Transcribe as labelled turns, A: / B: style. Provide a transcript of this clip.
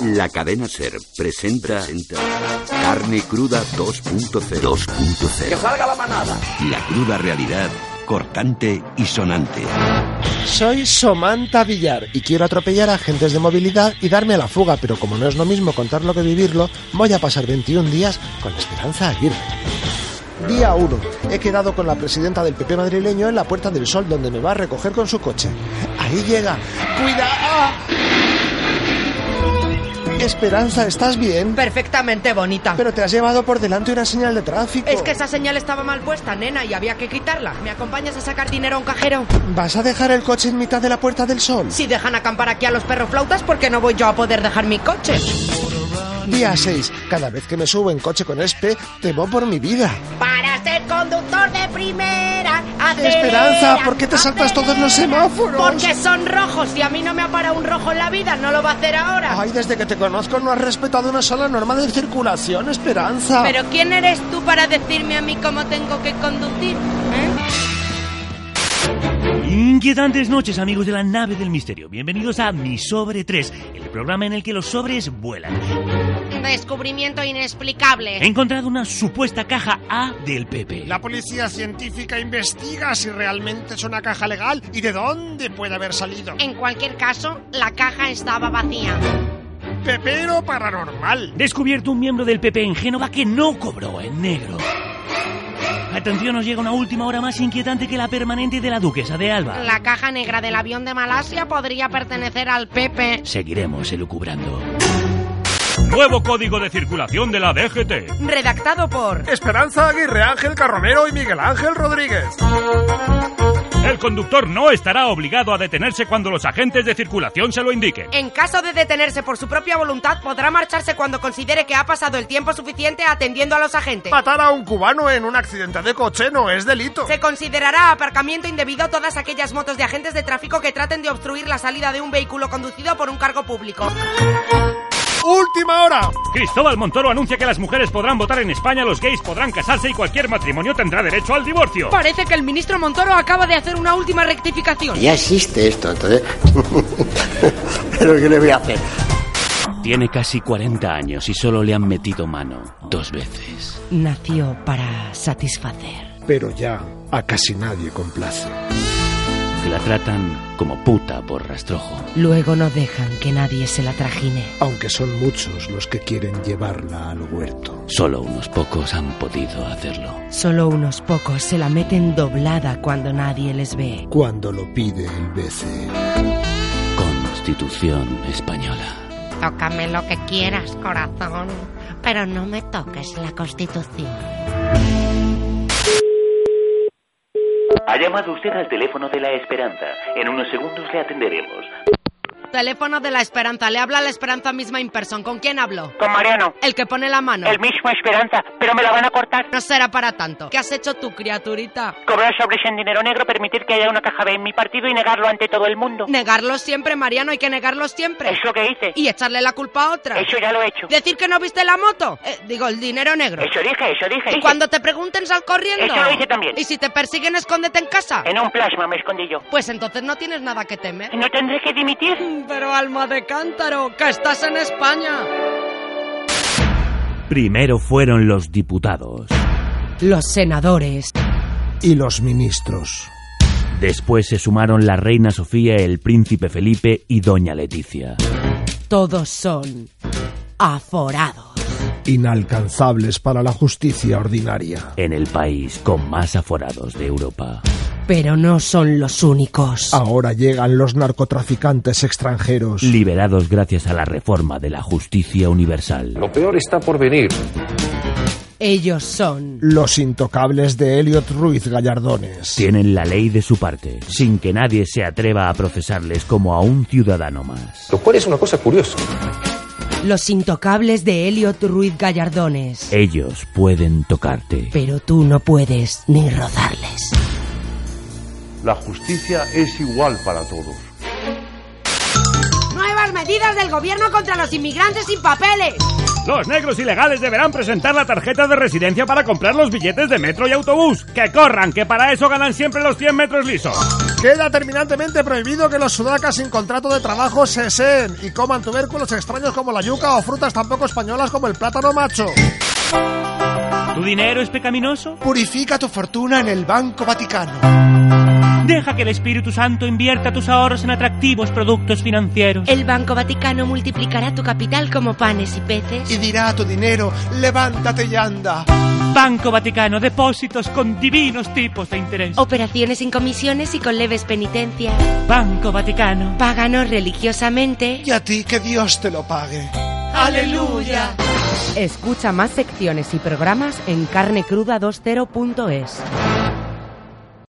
A: La cadena Ser presenta, Carne Cruda 2.0. 2.0.
B: ¡Que salga la manada!
A: La cruda realidad, cortante y sonante.
C: Soy Somanta Villar y quiero atropellar a agentes de movilidad y darme a la fuga, pero como no es lo mismo contarlo que vivirlo, voy a pasar 21 días con Esperanza Aguirre. Día 1. He quedado con la presidenta del PP madrileño en la Puerta del Sol, donde me va a recoger con su coche. Ahí llega. ¡Cuida! ¡Ah! Esperanza, ¿estás bien?
D: Perfectamente bonita.
C: Pero te has llevado por delante una señal de tráfico.
D: Es que esa señal estaba mal puesta, nena, y había que quitarla. ¿Me acompañas a sacar dinero a un cajero?
C: ¿Vas a dejar el coche en mitad de la Puerta del Sol?
D: Si dejan acampar aquí a los perroflautas, ¿por qué no voy yo a poder dejar mi coche?
C: Día 6. Cada vez que me subo en coche con Espe, temo por mi vida.
E: Para ser conductor de primera, acelera,
C: Esperanza, ¿por qué te saltas
E: acelera.
C: todos los semáforos?
D: Porque son rojos y a mí no me ha parado un rojo en la vida, no lo va a hacer ahora.
C: Ay, desde que te conozco no has respetado una sola norma de circulación, Esperanza.
D: Pero ¿quién eres tú para decirme a mí cómo tengo que conducir? ¿Eh?
F: Inquietantes noches, amigos de la nave del misterio. Bienvenidos a Mi Sobre 3, el programa en el que los sobres vuelan.
E: Descubrimiento inexplicable.
F: He encontrado una supuesta caja A del PP.
C: La policía científica investiga si realmente es una caja legal y de dónde puede haber salido.
E: En cualquier caso, la caja estaba vacía.
C: Pepero paranormal.
F: Descubierto un miembro del PP en Génova que no cobró en negro. Atención, nos llega una última hora más inquietante que la permanente de la duquesa de Alba.
E: La caja negra del avión de Malasia podría pertenecer al Pepe.
F: Seguiremos elucubrando.
G: Nuevo código de circulación de la DGT.
D: Redactado por...
C: Esperanza Aguirre Ángel Carromero y Miguel Ángel Rodríguez.
G: El conductor no estará obligado a detenerse cuando los agentes de circulación se lo indiquen.
D: En caso de detenerse por su propia voluntad, podrá marcharse cuando considere que ha pasado el tiempo suficiente atendiendo a los agentes.
C: Matar a un cubano en un accidente de coche no es delito.
D: Se considerará aparcamiento indebido todas aquellas motos de agentes de tráfico que traten de obstruir la salida de un vehículo conducido por un cargo público.
C: ¡Última hora!
G: Cristóbal Montoro anuncia que las mujeres podrán votar en España, los gays podrán casarse y cualquier matrimonio tendrá derecho al divorcio.
D: Parece que el ministro Montoro acaba de hacer una última rectificación.
H: Ya existe esto, entonces. Pero ¿qué le voy a hacer?
F: Tiene casi 40 años y solo le han metido mano dos veces.
D: Nació para satisfacer.
C: Pero ya a casi nadie complace.
F: Que la tratan como puta por rastrojo.
D: Luego no dejan que nadie se la trajine.
C: Aunque son muchos los que quieren llevarla al huerto.
F: Solo unos pocos han podido hacerlo.
D: Solo unos pocos se la meten doblada cuando nadie les ve.
C: Cuando lo pide el BCE.
F: Constitución española.
E: Tócame lo que quieras, corazón. Pero no me toques la constitución.
I: Ha llamado usted al teléfono de la esperanza. En unos segundos le atenderemos.
D: Teléfono de la Esperanza. Le habla la Esperanza misma in person. ¿Con quién hablo?
J: Con Mariano.
D: El que pone la mano.
J: El mismo Esperanza, pero me la van a cortar.
D: No será para tanto. ¿Qué has hecho tú, criaturita?
J: Cobrar sobres en dinero negro, permitir que haya una caja B en mi partido y negarlo ante todo el mundo.
D: Negarlo siempre, Mariano. Hay que negarlo siempre.
J: Es lo que hice.
D: Y echarle la culpa a otra.
J: Eso ya lo he hecho.
D: Decir que no viste la moto. Eh, digo, el dinero negro.
J: Eso dije, eso dije.
D: Y
J: dije.
D: cuando te pregunten, sal corriendo.
J: Eso lo hice también.
D: Y si te persiguen, escóndete en casa.
J: En un plasma me escondí yo.
D: Pues entonces no tienes nada que temer. Mm,
J: ¿No tendré que dimitir?
D: Pero alma de cántaro, que estás en España.
F: Primero fueron los diputados.
D: Los senadores.
C: Y los ministros.
F: Después se sumaron la reina Sofía, el príncipe Felipe y doña Leticia.
D: Todos son aforados.
C: Inalcanzables para la justicia ordinaria.
F: En el país con más aforados de Europa.
D: Pero no son los únicos.
C: Ahora llegan los narcotraficantes extranjeros.
F: Liberados gracias a la reforma de la justicia universal.
K: Lo peor está por venir.
D: Ellos son
C: Los intocables de Elliot Ruiz Gallardones.
F: Tienen la ley de su parte, sin que nadie se atreva a procesarles como a un ciudadano más.
K: Lo cual es una cosa curiosa.
D: los intocables de Elliot Ruiz
F: Eh.
D: Gallardones.
F: Ellos pueden tocarte.
D: Pero tú no puedes ni rozarles.
K: La justicia es igual para todos.
E: Nuevas medidas del gobierno contra los inmigrantes sin papeles.
G: Los negros ilegales deberán presentar la tarjeta de residencia para comprar los billetes de metro y autobús. Que corran, que para eso ganan siempre los 100 metros lisos.
C: Queda terminantemente prohibido que los sudacas sin contrato de trabajo cesen y coman tubérculos extraños como la yuca o frutas tampoco españolas como el plátano macho.
F: ¿Tu dinero es pecaminoso?
C: Purifica tu fortuna en el Banco Vaticano.
F: Deja que el Espíritu Santo invierta tus ahorros en atractivos productos financieros.
E: El Banco Vaticano multiplicará tu capital como panes y peces.
C: Y dirá a tu dinero, levántate y anda.
F: Banco Vaticano, depósitos con divinos tipos de interés.
E: Operaciones sin comisiones y con leves penitencias.
F: Banco Vaticano.
E: Páganos religiosamente.
C: Y a ti que Dios te lo pague.
E: Aleluya.
B: Escucha más secciones y programas en carnecruda20.es.